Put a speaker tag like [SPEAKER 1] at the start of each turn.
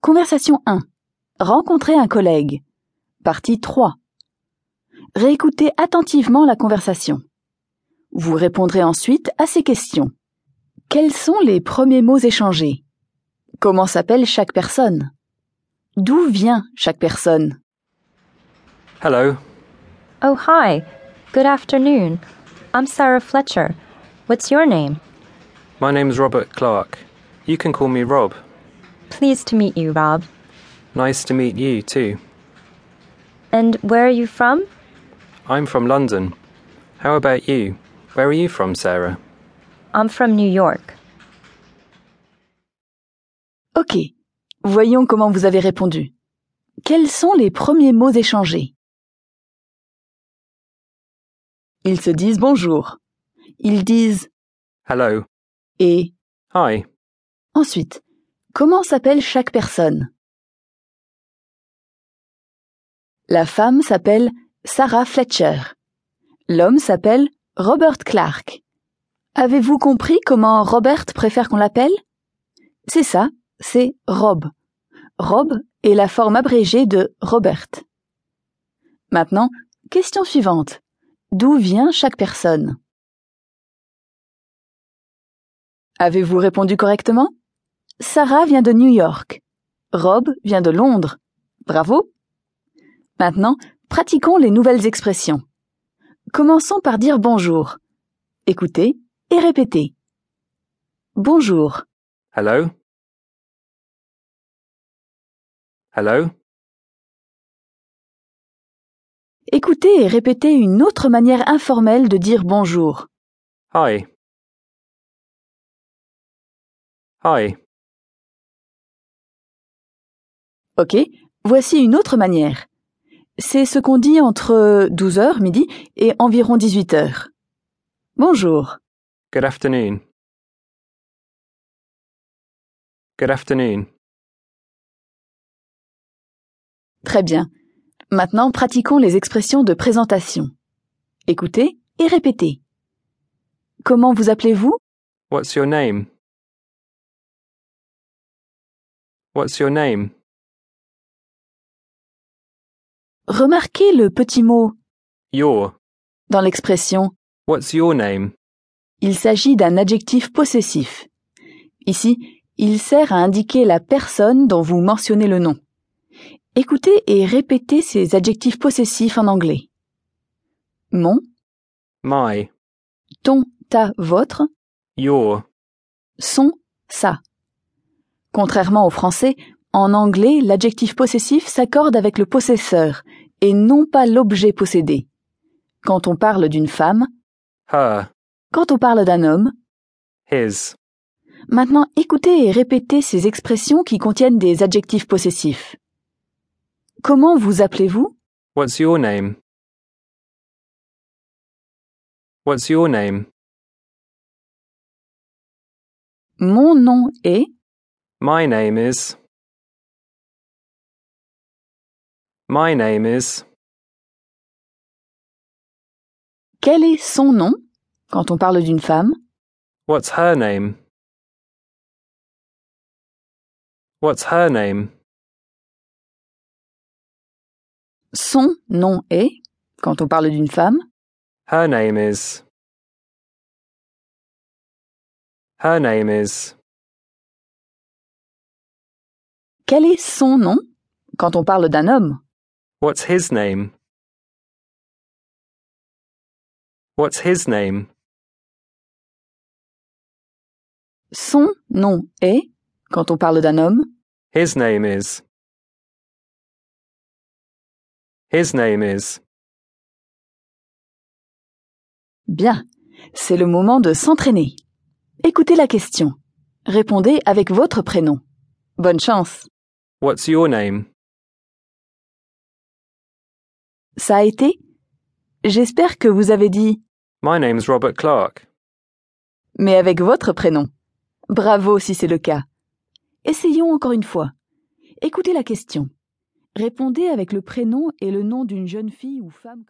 [SPEAKER 1] Conversation 1. Rencontrer un collègue. Partie 3. Réécoutez attentivement la conversation. Vous répondrez ensuite à ces questions. Quels sont les premiers mots échangés Comment s'appelle chaque personne D'où vient chaque personne
[SPEAKER 2] Hello.
[SPEAKER 3] Oh, hi. Good afternoon. I'm Sarah Fletcher. What's your name?
[SPEAKER 2] My name's Robert Clark. You can call me Rob.
[SPEAKER 3] Pleased to meet you, Rob.
[SPEAKER 2] Nice to meet you, too.
[SPEAKER 3] And where are you from?
[SPEAKER 2] I'm from London. How about you? Where are you from, Sarah?
[SPEAKER 3] I'm from New York.
[SPEAKER 1] Ok. Voyons comment vous avez répondu. Quels sont les premiers mots échangés Ils se disent bonjour. Ils disent
[SPEAKER 2] Hello.
[SPEAKER 1] et.
[SPEAKER 2] Hi.
[SPEAKER 1] Ensuite, comment s'appelle chaque personne La femme s'appelle Sarah Fletcher. L'homme s'appelle Robert Clark. Avez-vous compris comment Robert préfère qu'on l'appelle C'est ça, c'est Rob. Rob est la forme abrégée de Robert. Maintenant, question suivante. D'où vient chaque personne Avez-vous répondu correctement Sarah vient de New York. Rob vient de Londres. Bravo. Maintenant, pratiquons les nouvelles expressions. Commençons par dire bonjour. Écoutez et répétez. Bonjour.
[SPEAKER 2] Hello. Hello.
[SPEAKER 1] Écoutez et répétez une autre manière informelle de dire bonjour.
[SPEAKER 2] Hi. Hi.
[SPEAKER 1] Ok Voici une autre manière. C'est ce qu'on dit entre 12h midi et environ 18h. Bonjour.
[SPEAKER 2] Good afternoon. Good afternoon.
[SPEAKER 1] Très bien. Maintenant, pratiquons les expressions de présentation. Écoutez et répétez. Comment vous appelez-vous
[SPEAKER 2] What's your name? What's your name?
[SPEAKER 1] Remarquez le petit mot
[SPEAKER 2] Your.
[SPEAKER 1] dans l'expression.
[SPEAKER 2] What's your name?
[SPEAKER 1] Il s'agit d'un adjectif possessif. Ici, il sert à indiquer la personne dont vous mentionnez le nom. Écoutez et répétez ces adjectifs possessifs en anglais. Mon,
[SPEAKER 2] My.
[SPEAKER 1] ton, ta, votre,
[SPEAKER 2] Your.
[SPEAKER 1] son, sa. Contrairement au français, en anglais, l'adjectif possessif s'accorde avec le possesseur et non pas l'objet possédé. Quand on parle d'une femme,
[SPEAKER 2] Her.
[SPEAKER 1] quand on parle d'un homme,
[SPEAKER 2] His.
[SPEAKER 1] maintenant écoutez et répétez ces expressions qui contiennent des adjectifs possessifs. Comment vous appelez-vous
[SPEAKER 2] What's your name? What's your name?
[SPEAKER 1] Mon nom est
[SPEAKER 2] My name is. My name is.
[SPEAKER 1] Quel est son nom quand on parle d'une femme
[SPEAKER 2] What's her name? What's her name?
[SPEAKER 1] Son nom est quand on parle d'une femme
[SPEAKER 2] Her name is. Her name is.
[SPEAKER 1] Quel est son nom quand on parle d'un homme
[SPEAKER 2] What's his name? What's his name?
[SPEAKER 1] Son nom est, quand on parle d'un homme,
[SPEAKER 2] His name is. His name is.
[SPEAKER 1] bien. C'est le moment de s'entraîner. Écoutez la question. Répondez avec votre prénom. Bonne chance.
[SPEAKER 2] What's your name?
[SPEAKER 1] Ça a été J'espère que vous avez dit
[SPEAKER 2] My name's Robert Clark.
[SPEAKER 1] mais avec votre prénom. Bravo si c'est le cas. Essayons encore une fois. Écoutez la question. Répondez avec le prénom et le nom d'une jeune fille ou femme.